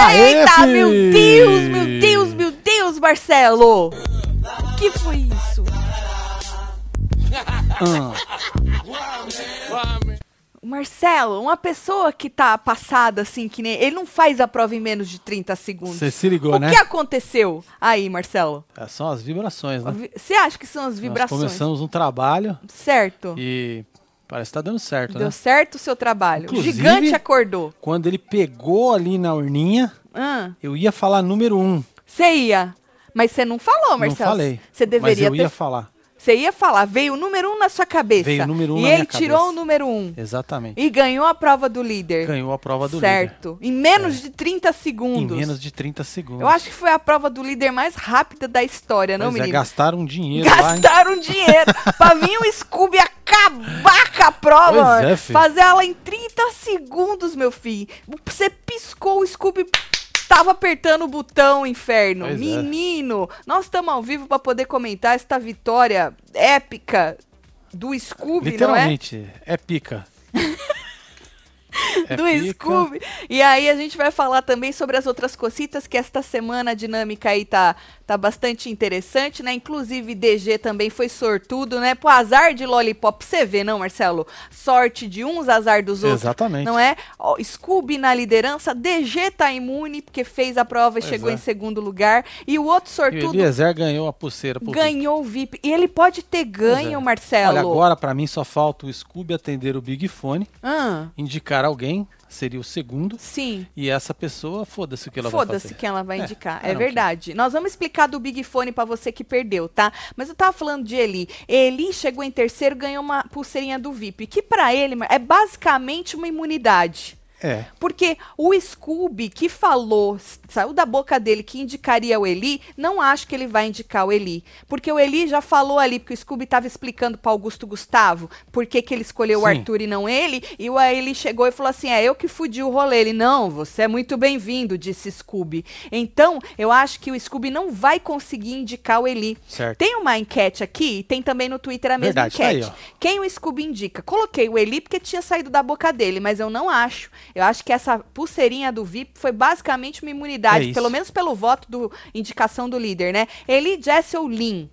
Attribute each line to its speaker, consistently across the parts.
Speaker 1: Ah, meu Deus, meu Deus, meu Deus, Marcelo! Que foi isso? O Marcelo, uma pessoa que tá passada assim, que nem. Ele não faz a prova em menos de 30 segundos.
Speaker 2: Você se ligou,
Speaker 1: o
Speaker 2: né?
Speaker 1: que aconteceu aí, Marcelo?
Speaker 2: É, São as vibrações, né?
Speaker 1: Vi- Você acha que são as vibrações?
Speaker 2: Nós começamos um trabalho
Speaker 1: Certo.
Speaker 2: e parece que tá dando certo,
Speaker 1: Deu
Speaker 2: né?
Speaker 1: certo o seu trabalho.
Speaker 2: Inclusive-
Speaker 1: O gigante acordou.
Speaker 2: Quando ele pegou ali na urninha,
Speaker 1: Ah,
Speaker 2: eu ia falar número um.
Speaker 1: Você ia. Mas você não falou,
Speaker 2: Não
Speaker 1: Marcelo.
Speaker 2: falei.
Speaker 1: Você deveria
Speaker 2: Mas eu
Speaker 1: ter
Speaker 2: ia falar.
Speaker 1: Você ia falar, veio o número um na sua cabeça.
Speaker 2: Veio o número um
Speaker 1: E
Speaker 2: na
Speaker 1: ele
Speaker 2: minha
Speaker 1: tirou
Speaker 2: cabeça.
Speaker 1: o número um.
Speaker 2: Exatamente.
Speaker 1: E ganhou a prova do líder.
Speaker 2: Ganhou a prova do líder. É.
Speaker 1: Certo. Em menos de 30
Speaker 2: Em
Speaker 1: segundos.
Speaker 2: menos de 30 segundos.
Speaker 1: Eu acho que foi a prova do líder mais rápida da história, não,
Speaker 2: Pois é,
Speaker 1: menino?
Speaker 2: gastaram dinheiro lá, hein?
Speaker 1: Gastaram dinheiro. pra mim, o Scooby acabar com a prova.
Speaker 2: Pois
Speaker 1: mano.
Speaker 2: é, filho.
Speaker 1: Fazer ela em 30 segundos, meu filho. Você piscou, o Scooby tava apertando o botão, inferno.
Speaker 2: Pois é.
Speaker 1: Menino, nós estamos ao vivo pra poder comentar esta vitória épica do Scooby, não é?
Speaker 2: Literalmente. É? pica. É
Speaker 1: do
Speaker 2: pica.
Speaker 1: Scooby. E aí a gente vai falar também sobre as outras cositas, que esta semana a dinâmica aí tá, tá bastante interessante, né? Inclusive, DG também foi sortudo, né? Pro azar de Lollipop, você vê, não, Marcelo? Sorte de uns, azar dos outros.
Speaker 2: Exatamente.
Speaker 1: Não é? Ó, Scooby na liderança, DG tá imune, porque fez a prova e
Speaker 2: Pois
Speaker 1: chegou
Speaker 2: é.
Speaker 1: em segundo lugar. E o outro
Speaker 2: E o
Speaker 1: sortudo
Speaker 2: Eliezer ganhou a pulseira. pro Vitor.
Speaker 1: ganhou o VIP. E ele pode ter ganho,
Speaker 2: é.
Speaker 1: Marcelo.
Speaker 2: Olha, agora pra mim só falta o Scooby atender o Big Fone,
Speaker 1: Ah,
Speaker 2: indicar alguém, seria o segundo,
Speaker 1: sim.
Speaker 2: e essa pessoa, foda-se o que ela vai fazer.
Speaker 1: Foda-se quem ela vai
Speaker 2: É,
Speaker 1: indicar.
Speaker 2: cara,
Speaker 1: É,
Speaker 2: ok.
Speaker 1: verdade. Nós vamos explicar do Big Fone pra você que perdeu, tá? Mas eu tava falando de Eli. Eli chegou em terceiro, ganhou uma pulseirinha do VIP, que pra ele Mar- é basicamente uma imunidade.
Speaker 2: É.
Speaker 1: Porque o Scooby que falou, saiu da boca dele que indicaria o Eli, não acho que ele vai indicar o Eli. Porque o Eli já falou ali, porque o Scooby tava explicando para Augusto Gustavo por que, que ele escolheu o
Speaker 2: Sim.
Speaker 1: Arthur e não ele. E o Eli chegou e falou assim: é eu que fudi o rolê. Ele, não, você é muito bem-vindo, disse Scooby. Então, eu acho que o Scooby não vai conseguir indicar o Eli.
Speaker 2: Certo.
Speaker 1: Tem uma enquete aqui, tem também no Twitter a mesma
Speaker 2: Verdade, tá aí,
Speaker 1: enquete.
Speaker 2: ó.
Speaker 1: Quem o Scooby indica? Coloquei o Eli porque tinha saído da boca dele, mas eu não acho. Eu acho que essa pulseirinha do VIP foi basicamente uma
Speaker 2: É
Speaker 1: imunidade,
Speaker 2: isso.
Speaker 1: pelo menos pelo voto do indicação do líder, né? Eli, Jesse ou Lin?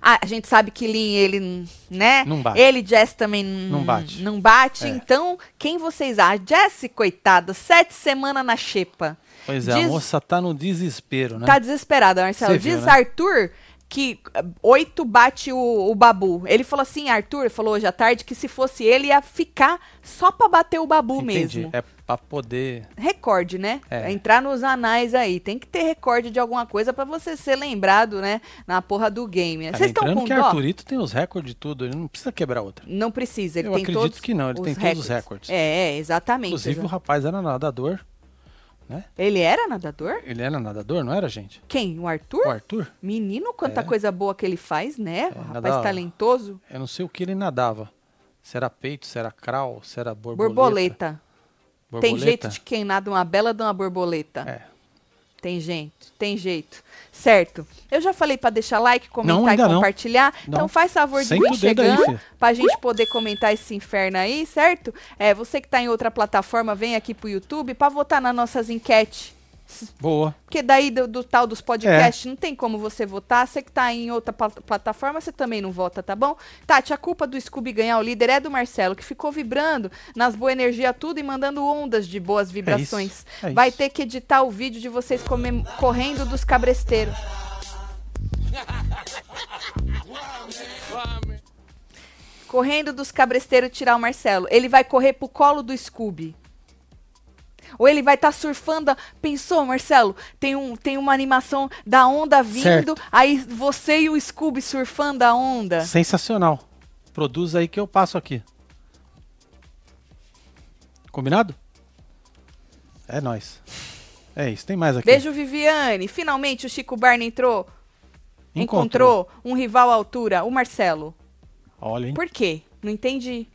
Speaker 1: Ah, a gente sabe que Lin, ele, hum, né?
Speaker 2: Não bate.
Speaker 1: Ele, Jess também hum,
Speaker 2: Não bate. É.
Speaker 1: Não bate. Então, quem vocês acham? Jesse, coitada, sete semanas na xepa.
Speaker 2: Pois é,
Speaker 1: Diz-
Speaker 2: a moça tá no desespero, né?
Speaker 1: Tá desesperada, Marcelo.
Speaker 2: Cê viu,
Speaker 1: Diz
Speaker 2: né?
Speaker 1: Arthur que eh, oito bate o, o babu. Ele falou assim, Arthur falou hoje à tarde que se fosse ele ia ficar só pra bater o babu
Speaker 2: Entendi.
Speaker 1: mesmo.
Speaker 2: É pra poder...
Speaker 1: Recorde, né?
Speaker 2: É.
Speaker 1: Entrar nos anais aí. Tem que ter recorde de alguma coisa pra você ser lembrado, né? Na porra do game.
Speaker 2: Tá
Speaker 1: Vocês estão
Speaker 2: lembrando
Speaker 1: com
Speaker 2: que
Speaker 1: dó?
Speaker 2: Arthurito tem os recordes de tudo, ele não precisa quebrar outra.
Speaker 1: Não precisa, ele
Speaker 2: Eu
Speaker 1: tem
Speaker 2: acredito
Speaker 1: todos
Speaker 2: que não, ele tem todos os recordes.
Speaker 1: É, é, exatamente.
Speaker 2: Inclusive, o
Speaker 1: exa-
Speaker 2: rapaz era nadador.
Speaker 1: Ele era nadador?
Speaker 2: Ele era nadador, não era, gente?
Speaker 1: Quem? O Arthur?
Speaker 2: O Arthur?
Speaker 1: Menino,
Speaker 2: É.
Speaker 1: quanta coisa boa que ele faz, né? O rapaz
Speaker 2: nada-
Speaker 1: talentoso.
Speaker 2: Eu não sei o que ele nadava. Se era peito, se era crawl, se era borboleta.
Speaker 1: Borboleta. Tem
Speaker 2: Borboleta?
Speaker 1: jeito de quem nada uma bela de uma borboleta.
Speaker 2: É.
Speaker 1: Tem jeito, tem jeito. Certo. Eu já falei pra deixar like, comentar
Speaker 2: Não, ainda
Speaker 1: e
Speaker 2: não.
Speaker 1: compartilhar.
Speaker 2: Não.
Speaker 1: Então faz favor de
Speaker 2: Senta
Speaker 1: ir
Speaker 2: o dedo aí,
Speaker 1: chegando
Speaker 2: filha.
Speaker 1: pra gente poder comentar esse inferno aí, certo? É, você que tá em outra plataforma, vem aqui pro YouTube pra votar nas nossas enquetes.
Speaker 2: Boa.
Speaker 1: Porque daí do, do tal dos podcasts
Speaker 2: É.
Speaker 1: não tem como você votar. Você que tá em outra pla- plataforma, você também não vota, tá bom? Tati, a culpa do Scooby ganhar o líder é do Marcelo, que ficou vibrando nas boa energia tudo e mandando ondas de boas vibrações.
Speaker 2: é
Speaker 1: Vai
Speaker 2: isso.
Speaker 1: ter que editar o vídeo de vocês comem- correndo dos cabresteiros. Correndo dos cabresteiros tirar o Marcelo. Ele vai correr pro colo do Scooby. Ou ele vai estar surfando. Pensou, Marcelo? Tem, um, tem uma animação da onda vindo,
Speaker 2: Certo.
Speaker 1: aí você e o Scooby surfando a onda.
Speaker 2: Sensacional. Produz aí que eu passo aqui. Combinado? É nóis. É isso, tem mais aqui.
Speaker 1: Beijo, Viviane. Finalmente o Chico Barney entrou. Encontrou, um rival à altura, o Marcelo.
Speaker 2: Olha, hein?
Speaker 1: Por quê? Não entendi.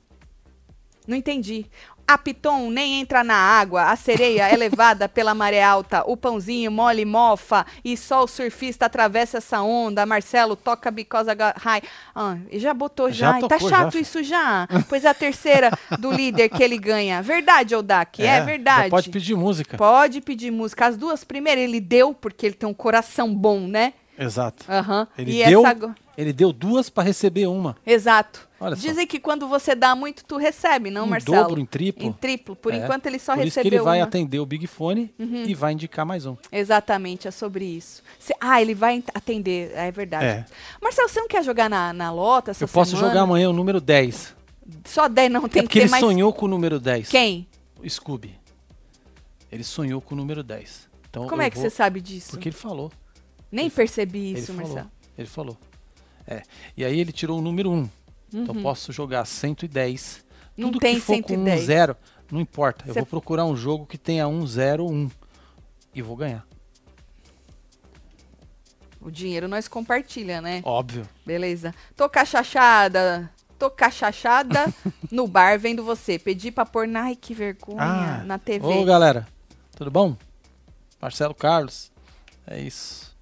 Speaker 1: Não entendi. A piton nem entra na água, a sereia é levada pela maré alta, o pãozinho mole mofa e só o surfista atravessa essa onda. Marcelo toca bicosa rai. Ah, e já botou já.
Speaker 2: Já
Speaker 1: Ai, tá
Speaker 2: tocou,
Speaker 1: chato
Speaker 2: já.
Speaker 1: isso já. Pois é a terceira do líder que ele ganha. Verdade, Odak, é,
Speaker 2: já
Speaker 1: verdade.
Speaker 2: pode pedir música.
Speaker 1: Pode pedir música. As duas primeiras ele deu, porque ele tem um coração bom, né?
Speaker 2: Exato.
Speaker 1: Aham.
Speaker 2: Ele,
Speaker 1: E
Speaker 2: deu,
Speaker 1: essa agora-
Speaker 2: ele deu duas para receber uma.
Speaker 1: Exato.
Speaker 2: Olha só.
Speaker 1: Dizem que quando você dá muito, tu recebe, não,
Speaker 2: Em
Speaker 1: Marcelo?
Speaker 2: Um dobro, em triplo.
Speaker 1: Em triplo. Por
Speaker 2: É.
Speaker 1: enquanto ele só
Speaker 2: Por isso que
Speaker 1: recebeu
Speaker 2: ele vai
Speaker 1: uma. Uhum.
Speaker 2: atender o Big Fone e vai indicar mais um.
Speaker 1: Exatamente, é sobre isso. Cê- Ah, ele vai ent- atender, é verdade.
Speaker 2: É.
Speaker 1: Marcelo, você não quer jogar na, na lota essa
Speaker 2: Eu posso
Speaker 1: semana?
Speaker 2: jogar amanhã o número 10.
Speaker 1: Só 10 não, tem
Speaker 2: é
Speaker 1: que
Speaker 2: porque
Speaker 1: ter
Speaker 2: ele
Speaker 1: mais...
Speaker 2: sonhou com o número 10.
Speaker 1: Quem?
Speaker 2: O Scooby. Ele sonhou com o número 10. Então
Speaker 1: Como
Speaker 2: eu
Speaker 1: é que
Speaker 2: vou-
Speaker 1: você sabe disso?
Speaker 2: Porque ele falou.
Speaker 1: Nem percebi isso,
Speaker 2: ele falou.
Speaker 1: Marcelo.
Speaker 2: Ele falou. É. E aí ele tirou o número 1. Então posso jogar 110.
Speaker 1: Uhum. Não
Speaker 2: Tudo
Speaker 1: tem
Speaker 2: que for
Speaker 1: 110.
Speaker 2: com 1 0, não importa. Eu
Speaker 1: Cê-
Speaker 2: vou procurar um jogo que tenha 1 0 1 e vou ganhar.
Speaker 1: O dinheiro nós compartilha, né?
Speaker 2: Óbvio.
Speaker 1: Beleza. Tô cachachada. Tô cachachada no bar vendo você. Pedi pra pôr. Ai, que vergonha. na TV.
Speaker 2: Ah, Ô, galera. Tudo bom? Marcelo Carlos. É isso.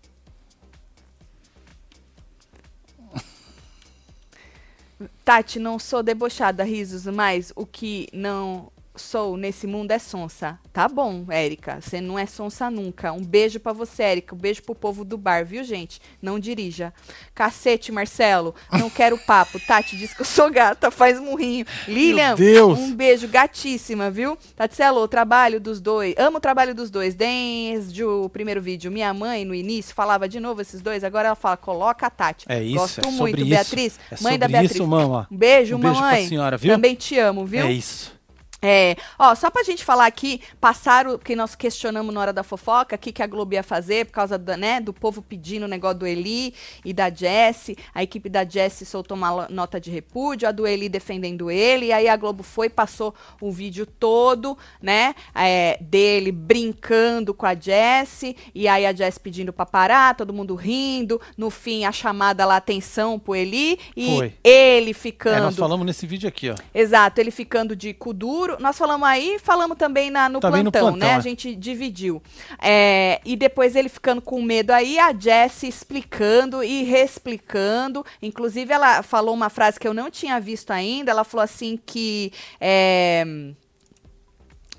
Speaker 1: Tati, não sou debochada, risos, mas o que não sou nesse mundo é sonsa. Tá bom, Érica. Você não é sonsa nunca. Um beijo pra você, Érica. Um beijo pro povo do bar, viu, gente? Não dirija. Cacete, Marcelo. Não quero papo. Tati diz que eu sou gata. Faz murrinho. Lilian,
Speaker 2: Deus!
Speaker 1: um beijo. Gatíssima, viu? Tatselo, o trabalho dos dois. Amo o trabalho dos dois. Desde o primeiro vídeo. Minha mãe, no início, falava de novo esses dois. Agora ela fala, coloca a Tati.
Speaker 2: É isso,
Speaker 1: Gosto
Speaker 2: é sobre
Speaker 1: muito,
Speaker 2: isso.
Speaker 1: Beatriz.
Speaker 2: É
Speaker 1: mãe da
Speaker 2: sobre
Speaker 1: Beatriz.
Speaker 2: isso, mama.
Speaker 1: Um beijo,
Speaker 2: Um beijo pra
Speaker 1: mamãe.
Speaker 2: senhora, viu?
Speaker 1: Também te amo, viu?
Speaker 2: É isso.
Speaker 1: É, ó, só pra gente falar aqui, passaram, que nós questionamos na hora da fofoca, o que, que a Globo ia fazer por causa do, né, do povo pedindo o negócio do Eli e da Jessie. A equipe da Jessie soltou uma lo- nota de repúdio, a do Eli defendendo ele, e aí a Globo foi, passou o vídeo todo, né, é, dele brincando com a Jessie, e aí a Jessie pedindo pra parar, todo mundo rindo, no fim a chamada lá, atenção pro Eli, e
Speaker 2: Foi.
Speaker 1: ele
Speaker 2: É,
Speaker 1: ficando...
Speaker 2: nós falamos nesse vídeo aqui, ó.
Speaker 1: Exato, ele ficando de cu duro. Nós falamos aí, falamos também na- no,
Speaker 2: Também
Speaker 1: plantão,
Speaker 2: no plantão,
Speaker 1: né? A
Speaker 2: é.
Speaker 1: gente dividiu. É, e depois ele ficando com medo aí, a Jessie explicando e reexplicando. Inclusive, ela falou uma frase que eu não tinha visto ainda. Ela falou assim que. é,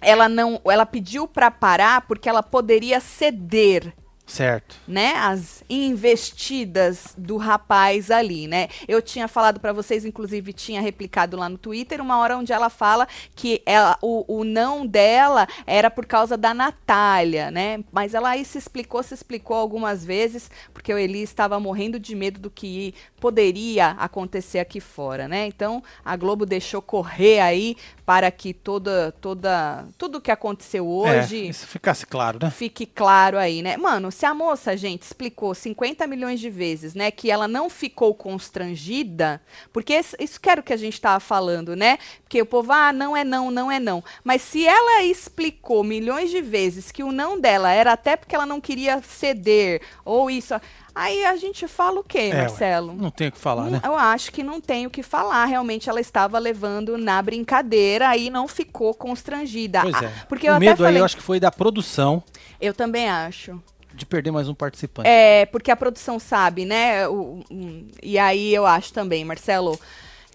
Speaker 1: ela não, ela pediu pra parar porque ela poderia ceder
Speaker 2: Certo.
Speaker 1: né, as investidas do rapaz ali, né? Eu tinha falado pra vocês, inclusive tinha replicado lá no Twitter, uma hora onde ela fala que ela, o, o não dela era por causa da Natália, né? Mas ela aí se explicou, se explicou algumas vezes, porque o Eli estava morrendo de medo do que poderia acontecer aqui fora, né? Então, a Globo deixou correr aí para que toda toda tudo que aconteceu hoje
Speaker 2: É, isso ficasse claro, né?
Speaker 1: fique claro aí, né? Mano, se a moça, gente, explicou 50 milhões de vezes, né, que ela não ficou constrangida, porque es- isso que era o que a gente tava falando, né? Porque o povo, ah, não é não, não é não. Mas se ela explicou milhões de vezes que o não dela era até porque ela não queria ceder, ou isso, aí a gente fala o quê,
Speaker 2: É, ué.
Speaker 1: Marcelo?
Speaker 2: Não tem o que falar,
Speaker 1: Não-
Speaker 2: né?
Speaker 1: Eu acho que não tem o que falar. Realmente ela estava levando na brincadeira e não ficou constrangida.
Speaker 2: Pois
Speaker 1: Ah,
Speaker 2: é.
Speaker 1: Porque
Speaker 2: o
Speaker 1: eu
Speaker 2: medo
Speaker 1: até falei.
Speaker 2: aí eu acho que foi da produção
Speaker 1: eu também acho.
Speaker 2: de perder mais um participante.
Speaker 1: É, porque a produção sabe, né? O- um, e aí eu acho também, Marcelo.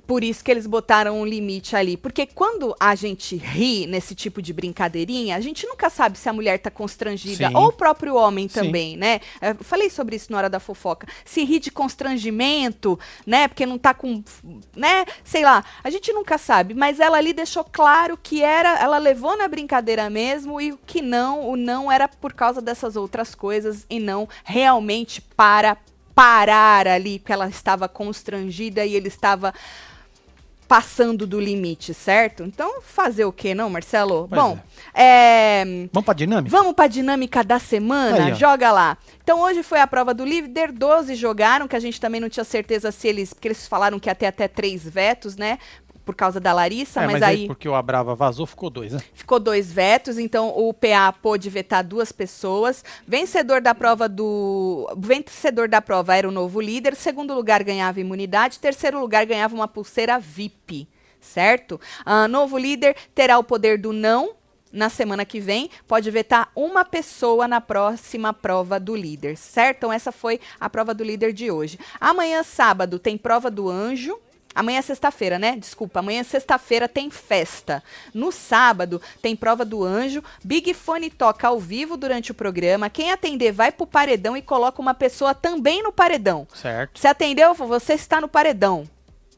Speaker 1: Por isso que eles botaram um limite ali. Porque quando a gente ri nesse tipo de brincadeirinha, a gente nunca sabe se a mulher tá constrangida.
Speaker 2: Sim.
Speaker 1: Ou o próprio homem
Speaker 2: Sim.
Speaker 1: também, né? Eu falei sobre isso na hora da fofoca. Se ri de constrangimento, né? Porque não tá com. né? Sei lá. A gente nunca sabe. Mas ela ali deixou claro que era. Ela levou na brincadeira mesmo e o que não, o não era por causa dessas outras coisas e não realmente para parar ali, porque ela estava constrangida e ele estava passando do limite, certo? Então, fazer o que, não, Marcelo?
Speaker 2: Pois
Speaker 1: Bom, é,
Speaker 2: Vamos pra dinâmica?
Speaker 1: Vamos pra dinâmica da semana?
Speaker 2: Aí, ó.
Speaker 1: Joga lá. Então hoje foi a prova do líder, 12 jogaram, que a gente também não tinha certeza se eles. Porque eles falaram que ia ter até três vetos, né? Por causa da Larissa,
Speaker 2: É,
Speaker 1: mas,
Speaker 2: mas
Speaker 1: aí
Speaker 2: porque o Abrava vazou, ficou dois, né?
Speaker 1: ficou dois vetos, então o PA pôde vetar duas pessoas. Vencedor da prova do. Vencedor da prova era o novo líder. Segundo lugar ganhava imunidade. Terceiro lugar ganhava uma pulseira VIP. certo? Ah, novo líder terá o poder do não na semana que vem, pode vetar uma pessoa na próxima prova do líder, certo? Então, essa foi a prova do líder de hoje. Amanhã, sábado, tem prova do anjo. Amanhã é sexta-feira, né? Desculpa, amanhã é sexta-feira tem festa. No sábado tem prova do anjo. Big Fone toca ao vivo durante o programa. Quem atender vai pro paredão e coloca uma pessoa também no paredão.
Speaker 2: Certo,
Speaker 1: Se atendeu, você está no paredão.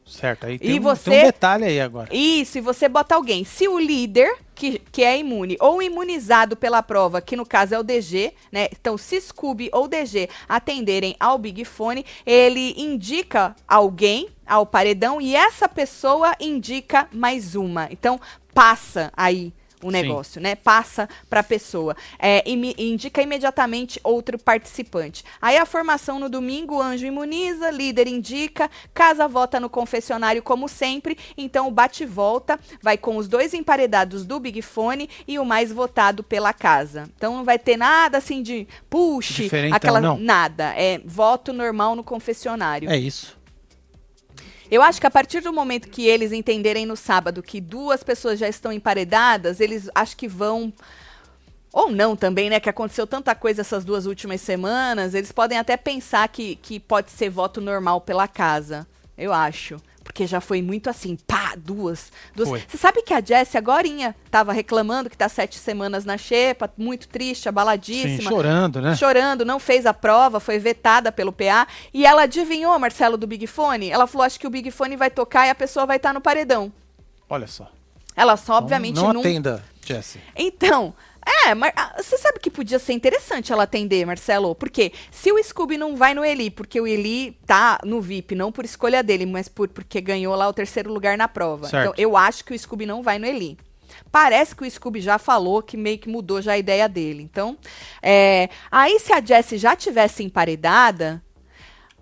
Speaker 2: certo. Aí
Speaker 1: E
Speaker 2: tem, um,
Speaker 1: você-
Speaker 2: tem um detalhe aí agora.
Speaker 1: Isso, e você bota alguém. Se o líder, que, que é imune, ou imunizado pela prova, que no caso é o DG, né? Então, se Scooby ou DG atenderem ao Big Fone, ele indica alguém ao paredão e essa pessoa indica mais uma. Então, passa aí o
Speaker 2: Sim.
Speaker 1: negócio, né? Passa para a pessoa. É, imi- indica imediatamente outro participante. Aí a formação no domingo, anjo imuniza, líder indica, casa vota no confessionário como sempre, então o bate-volta vai com os dois emparedados do Big Fone e o mais votado pela casa. Então não vai ter nada assim de puxe,
Speaker 2: Diferentão,
Speaker 1: aquela
Speaker 2: não.
Speaker 1: nada, é voto normal no confessionário.
Speaker 2: É isso.
Speaker 1: Eu acho que a partir do momento que eles entenderem no sábado que duas pessoas já estão emparedadas, eles acho que vão. Ou não também, né? Que aconteceu tanta coisa essas duas últimas semanas, eles podem até pensar que, que pode ser voto normal pela casa. Eu acho. Porque já foi muito assim, pá, duas. duas.
Speaker 2: Foi.
Speaker 1: Você sabe que a Jessie agorinha tava reclamando que tá sete semanas na xepa, muito triste, abaladíssima
Speaker 2: Sim, chorando, né?
Speaker 1: chorando, não fez a prova, foi vetada pelo PA. E ela adivinhou, Marcelo, do Big Fone? Ela falou: acho que o Big Fone vai tocar e a pessoa vai estar no paredão.
Speaker 2: Olha só.
Speaker 1: Ela só, obviamente,
Speaker 2: não,
Speaker 1: não.
Speaker 2: não atenda, Jesse.
Speaker 1: Então. É, mas você sabe que podia ser interessante ela atender, Marcelo? Porque se o Scooby não vai no Eli, porque o Eli tá no VIP, não por escolha dele, mas por porque ganhou lá o terceiro lugar na prova.
Speaker 2: Certo.
Speaker 1: Então eu acho que o Scooby não vai no Eli. Parece que o Scooby já falou que meio que mudou já a ideia dele. Então, é, aí se a Jessie já tivesse emparedada,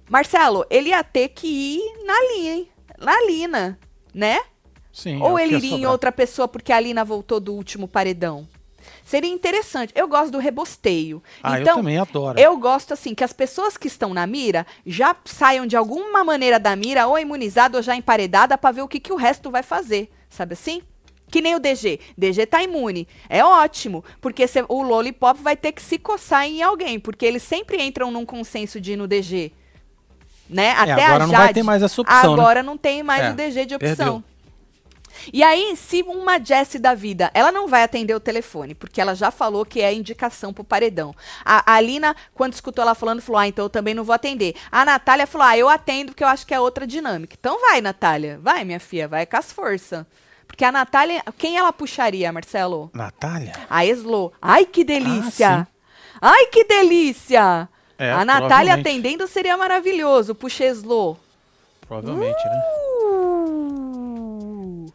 Speaker 1: Marcelo, ele ia ter que ir na linha, hein? Na Lina, né?
Speaker 2: Sim. é o
Speaker 1: Ou
Speaker 2: que
Speaker 1: ele
Speaker 2: ia
Speaker 1: iria em
Speaker 2: sobrar.
Speaker 1: outra pessoa porque a Lina voltou do último paredão. Seria interessante. Eu gosto do rebosteio.
Speaker 2: Ah, eu
Speaker 1: então,
Speaker 2: também adoro.
Speaker 1: eu gosto assim que as pessoas que estão na mira já saiam de alguma maneira da mira, ou imunizada ou já emparedada, pra ver o que, que o resto vai fazer. Sabe assim? Que nem o DG. DG tá imune. É ótimo, porque cê- o Lollipop vai ter que se coçar em alguém, porque eles sempre entram num consenso de ir no DG. Né? Até
Speaker 2: É,
Speaker 1: a
Speaker 2: agora não vai
Speaker 1: Jade-
Speaker 2: ter mais essa opção, né?
Speaker 1: Agora não tem mais
Speaker 2: É,
Speaker 1: o DG de opção.
Speaker 2: perdeu.
Speaker 1: E aí, se uma Jessie da vida, ela não vai atender o telefone, porque ela já falou que é indicação pro paredão. A, a Alina, quando escutou ela falando, falou: Ah, então eu também não vou atender. A Natália falou: Ah, eu atendo, porque eu acho que é outra dinâmica. Então vai, Natália. Vai, minha filha, vai com as forças. Porque a Natália, quem ela puxaria, Marcelo?
Speaker 2: Natália?
Speaker 1: A Eslo. Ai, que
Speaker 2: Ah,
Speaker 1: delícia! Ai, que delícia!
Speaker 2: É,
Speaker 1: a Natália
Speaker 2: provavelmente.
Speaker 1: atendendo seria maravilhoso. Puxa Eslo.
Speaker 2: Provavelmente, né?
Speaker 1: Uh!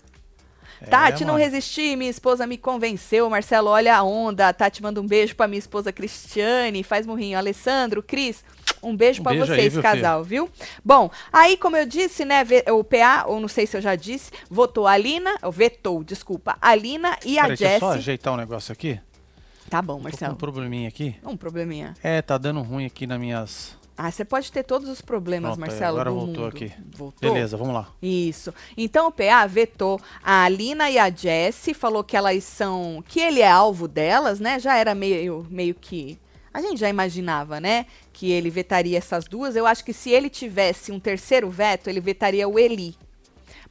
Speaker 2: É,
Speaker 1: Tati, não
Speaker 2: mano.
Speaker 1: resisti, minha esposa me convenceu. Marcelo, olha a onda. A Tati manda um beijo pra minha esposa Cristiane. Faz murrinho. Alessandro, Cris, um beijo
Speaker 2: Um
Speaker 1: pra
Speaker 2: beijo aí,
Speaker 1: vocês,
Speaker 2: viu,
Speaker 1: casal, viu? Bom, aí, como eu disse, né, ve- o PA, ou não sei se eu já disse, votou a Lina, ou vetou, desculpa, a Lina e a
Speaker 2: Peraí, deixa eu só
Speaker 1: Jessie.
Speaker 2: ajeitar um negócio aqui.
Speaker 1: Tá bom,
Speaker 2: Tô com um
Speaker 1: Marcelo.
Speaker 2: probleminha aqui.
Speaker 1: Um probleminha.
Speaker 2: É, tá dando ruim aqui nas minhas.
Speaker 1: Ah, você pode ter todos os problemas,
Speaker 2: Pronto, aí,
Speaker 1: Marcelo.
Speaker 2: agora
Speaker 1: do
Speaker 2: voltou
Speaker 1: mundo.
Speaker 2: aqui.
Speaker 1: Voltou?
Speaker 2: Beleza, vamos lá.
Speaker 1: Isso. Então o PA vetou a Alina e a Jessie, falou que elas são. que ele é alvo delas, né? Já era meio, meio que. A gente já imaginava, né? Que ele vetaria essas duas. Eu acho que se ele tivesse um terceiro veto, ele vetaria o Eli.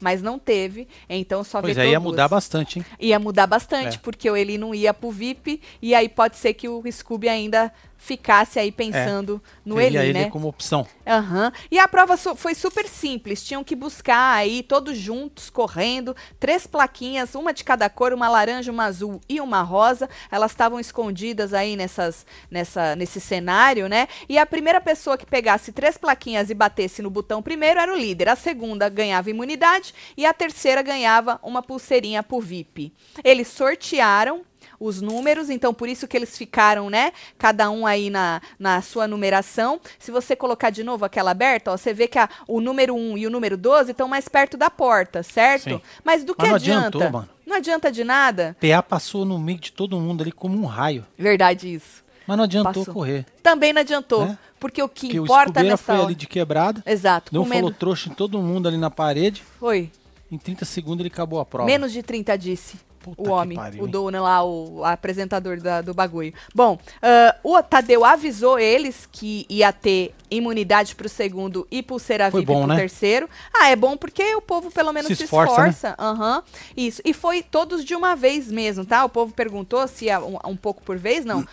Speaker 1: Mas não teve, então só
Speaker 2: Pois
Speaker 1: vetou
Speaker 2: aí ia
Speaker 1: duas.
Speaker 2: mudar bastante, hein?
Speaker 1: Ia mudar bastante,
Speaker 2: É.
Speaker 1: porque o Eli não ia pro VIP, e aí pode ser que o Scooby ainda ficasse aí pensando no Eli,
Speaker 2: É. Teria ele
Speaker 1: né?
Speaker 2: como opção.
Speaker 1: Aham. E a prova su- foi super simples. Tinham que buscar aí, todos juntos, correndo, três plaquinhas, uma de cada cor, uma laranja, uma azul e uma rosa. Elas estavam escondidas aí nessas, nessa, nesse cenário, né? E a primeira pessoa que pegasse três plaquinhas e batesse no botão primeiro era o líder. A segunda ganhava imunidade e a terceira ganhava uma pulseirinha pro VIP. Eles sortearam os números, então por isso que eles ficaram, né? Cada um aí na, na sua numeração. Se você colocar de novo aquela aberta, ó, você vê que a- o número 1 e o número 12 estão mais perto da porta, certo?
Speaker 2: Sim.
Speaker 1: Mas do que
Speaker 2: Mas não
Speaker 1: adianta?
Speaker 2: adiantou, mano.
Speaker 1: Não adianta de nada.
Speaker 2: PA passou no meio de todo mundo ali como um raio.
Speaker 1: Verdade isso.
Speaker 2: Mas não adiantou
Speaker 1: Passou.
Speaker 2: correr.
Speaker 1: Também não adiantou,
Speaker 2: Né?
Speaker 1: porque o que
Speaker 2: Porque o
Speaker 1: importa
Speaker 2: escudeira
Speaker 1: nessa
Speaker 2: foi
Speaker 1: hora...
Speaker 2: ali de quebrada,
Speaker 1: Exato,
Speaker 2: não
Speaker 1: comendo...
Speaker 2: falou trouxa em todo mundo ali na parede
Speaker 1: Foi.
Speaker 2: e Em 30 segundos ele acabou a prova.
Speaker 1: Menos de 30, disse.
Speaker 2: Puta
Speaker 1: o
Speaker 2: que
Speaker 1: homem,
Speaker 2: pariu,
Speaker 1: o
Speaker 2: hein?
Speaker 1: dono lá, o apresentador da- do bagulho. Bom, ah, o Tadeu avisou eles que ia ter imunidade pro segundo e pulseira
Speaker 2: Foi
Speaker 1: VIP
Speaker 2: bom,
Speaker 1: pro
Speaker 2: né?
Speaker 1: terceiro. Ah, é bom porque o povo pelo menos se,
Speaker 2: Se
Speaker 1: esforça.
Speaker 2: esforça, né?
Speaker 1: Aham. Isso. E foi todos de uma vez mesmo, tá? O povo perguntou se ia um, um pouco por vez, não.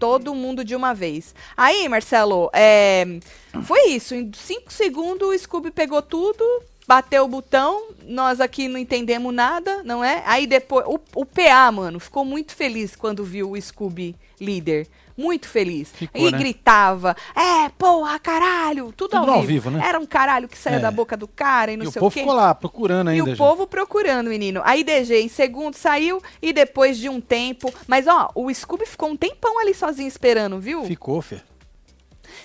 Speaker 1: Todo mundo de uma vez. Aí, Marcelo, é, foi isso. Em cinco segundos, o Scooby pegou tudo, bateu o botão. Nós aqui não entendemos nada, não é? Aí depois. O, o PA, mano, ficou muito feliz quando viu o Scooby líder. Muito feliz.
Speaker 2: Ficou,
Speaker 1: e
Speaker 2: né?
Speaker 1: gritava: É, porra, caralho! Tudo, ao,
Speaker 2: Tudo
Speaker 1: vivo.
Speaker 2: ao vivo, né?
Speaker 1: Era um caralho que saía
Speaker 2: É.
Speaker 1: da boca do cara e não
Speaker 2: e o
Speaker 1: sei
Speaker 2: povo
Speaker 1: o quê.
Speaker 2: ficou lá procurando
Speaker 1: E
Speaker 2: ainda.
Speaker 1: o
Speaker 2: gente.
Speaker 1: povo procurando, menino. A IDG em segundo saiu e depois de um tempo. Mas ó, o Scooby ficou um tempão ali sozinho esperando, viu?
Speaker 2: Ficou, Fê.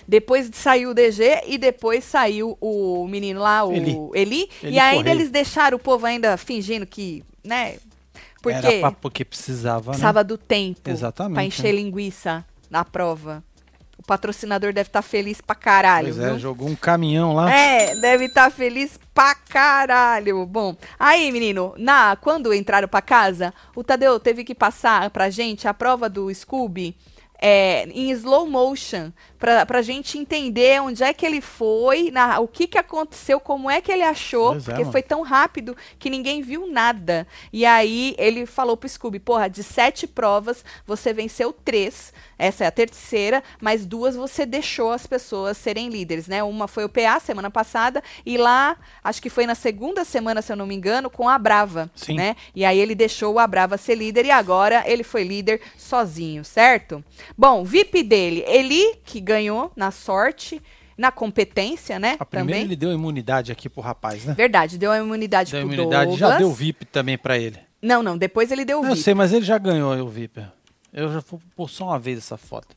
Speaker 1: Depois saiu o DG e depois saiu o menino lá, o Eli.
Speaker 2: Eli.
Speaker 1: e
Speaker 2: Eli
Speaker 1: ainda
Speaker 2: Correia.
Speaker 1: eles deixaram o povo ainda fingindo que, né?
Speaker 2: Era
Speaker 1: Porque
Speaker 2: pra- porque precisava, né?
Speaker 1: precisava do tempo
Speaker 2: Exatamente, né?
Speaker 1: pra encher linguiça na prova. O patrocinador deve estar feliz pra caralho,
Speaker 2: Pois
Speaker 1: viu?
Speaker 2: é, jogou um caminhão lá.
Speaker 1: É, deve estar feliz pra caralho. Bom, aí, menino, na quando entraram pra casa, o Tadeu teve que passar pra gente a prova do Scooby é, em slow motion, pra, pra gente entender onde é que ele foi, na- o que que aconteceu, como é que ele achou,
Speaker 2: Pois é,
Speaker 1: porque
Speaker 2: mano.
Speaker 1: foi tão rápido que ninguém viu nada. E aí ele falou pro Scooby, porra, de sete provas, você venceu três, essa é a terceira, mas duas você deixou as pessoas serem líderes, né? Uma foi o PA semana passada e lá, acho que foi na segunda semana, se eu não me engano, com a Brava,
Speaker 2: Sim.
Speaker 1: né? E aí ele deixou a Brava ser líder e agora ele foi líder sozinho, certo? Bom, VIP dele, Eli, que ganhou na sorte, na competência, né?
Speaker 2: A primeira
Speaker 1: também.
Speaker 2: ele deu imunidade aqui pro rapaz, né?
Speaker 1: Verdade, deu a imunidade
Speaker 2: Deu
Speaker 1: pro
Speaker 2: imunidade,
Speaker 1: Douglas.
Speaker 2: já deu VIP também pra ele.
Speaker 1: Não, não, depois ele deu o
Speaker 2: Não, eu
Speaker 1: VIP.
Speaker 2: sei, mas ele já ganhou o VIP. Eu já vou pôr só uma vez essa foto.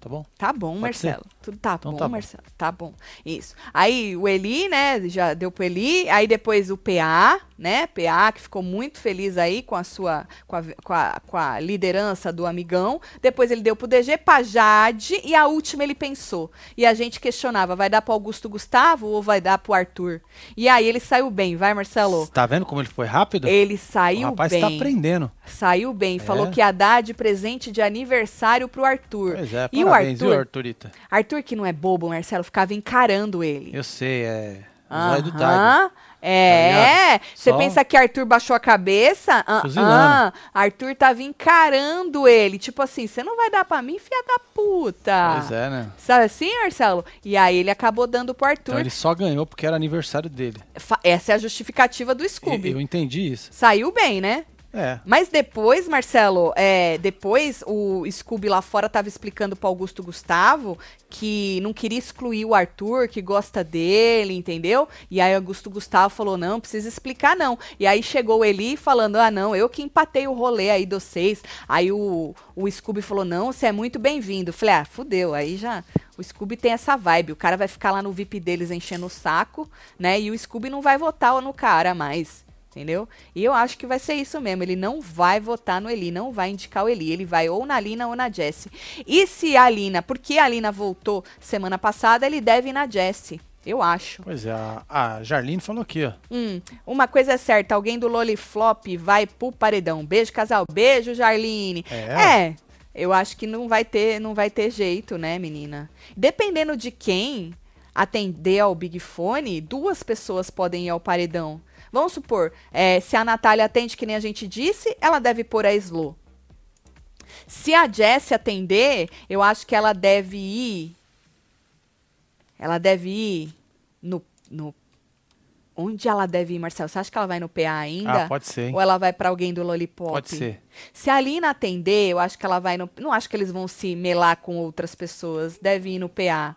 Speaker 2: Tá bom?
Speaker 1: Tá bom,
Speaker 2: Pode
Speaker 1: Marcelo. Tudo tá
Speaker 2: Então
Speaker 1: bom,
Speaker 2: tá bom.
Speaker 1: Marcelo. Tá bom. Isso. Aí o Eli, né? Já deu pro Eli. Aí depois o PA, né? PA, que ficou muito feliz aí com a sua. com a, com a- com a liderança do amigão. Depois ele deu pro DG, pra Jade. E a última ele pensou. E a gente questionava: vai dar pro Augusto Gustavo ou vai dar pro Arthur? E aí ele saiu bem, vai, Marcelo?
Speaker 2: Tá vendo como ele foi rápido?
Speaker 1: Ele
Speaker 2: o
Speaker 1: saiu
Speaker 2: rapaz
Speaker 1: bem.
Speaker 2: tá aprendendo.
Speaker 1: Saiu bem, falou
Speaker 2: É.
Speaker 1: que ia dar de presente de aniversário pro Arthur.
Speaker 2: Pois é,
Speaker 1: e
Speaker 2: parabéns,
Speaker 1: o Arthur,
Speaker 2: viu, Arthurita?
Speaker 1: Arthur que não é bobo, Marcelo, ficava encarando ele.
Speaker 2: Eu sei, é.
Speaker 1: Aham,
Speaker 2: Zóio do Tiger. Tá
Speaker 1: É,
Speaker 2: ligado?
Speaker 1: você
Speaker 2: Só-
Speaker 1: pensa que Arthur baixou a cabeça? Ah,
Speaker 2: Fuzilando.
Speaker 1: ah, Arthur tava encarando ele, tipo assim, você não vai dar pra mim, filha da puta.
Speaker 2: Pois é, né?
Speaker 1: Sabe assim, Marcelo? E aí ele acabou dando pro Arthur.
Speaker 2: Então ele só ganhou porque era aniversário dele.
Speaker 1: Fa- Essa é a justificativa do
Speaker 2: Eu,
Speaker 1: Scooby.
Speaker 2: eu entendi isso.
Speaker 1: Saiu bem, né?
Speaker 2: É.
Speaker 1: Mas depois, Marcelo, é, depois o Scooby lá fora tava explicando pro Augusto Gustavo que não queria excluir o Arthur, que gosta dele, entendeu? E aí Augusto Gustavo falou, não, precisa explicar não. E aí chegou o Eli falando, ah não, eu que empatei o rolê aí de vocês. Aí o, o Scooby falou, não, você é muito bem-vindo. Falei, ah, fudeu, aí já... O Scooby tem essa vibe, o cara vai ficar lá no VIP deles enchendo o saco, né? E o Scooby não vai votar no cara mais. Entendeu? E eu acho que vai ser isso mesmo. Ele não vai votar no Eli, não vai indicar o Eli. Ele vai ou na Lina ou na Jessie. E se a Lina, porque a Lina voltou semana passada, ele deve ir na Jessie. Eu acho.
Speaker 2: Pois é, a, a Jarline falou aqui, ó.
Speaker 1: Hum, uma coisa é certa, alguém do Loliflop vai pro paredão. Beijo, casal. Beijo, Jarline.
Speaker 2: É.
Speaker 1: é. Eu acho que não vai ter, não vai ter jeito, né, menina? Dependendo de quem atender ao Big Fone, duas pessoas podem ir ao paredão. Vamos supor, é, se a Natália atende, que nem a gente disse, ela deve pôr a Slow. Se a Jess atender, eu acho que ela deve ir. Ela deve ir no. no onde ela deve ir, Marcelo? Você acha que ela vai no PA ainda?
Speaker 2: Ah, pode ser, hein?
Speaker 1: Ou ela vai pra alguém do Lollipop?
Speaker 2: Pode ser.
Speaker 1: Se a Lina atender, eu acho que ela vai no. Não acho que eles vão se melar com outras pessoas. Deve ir no PA.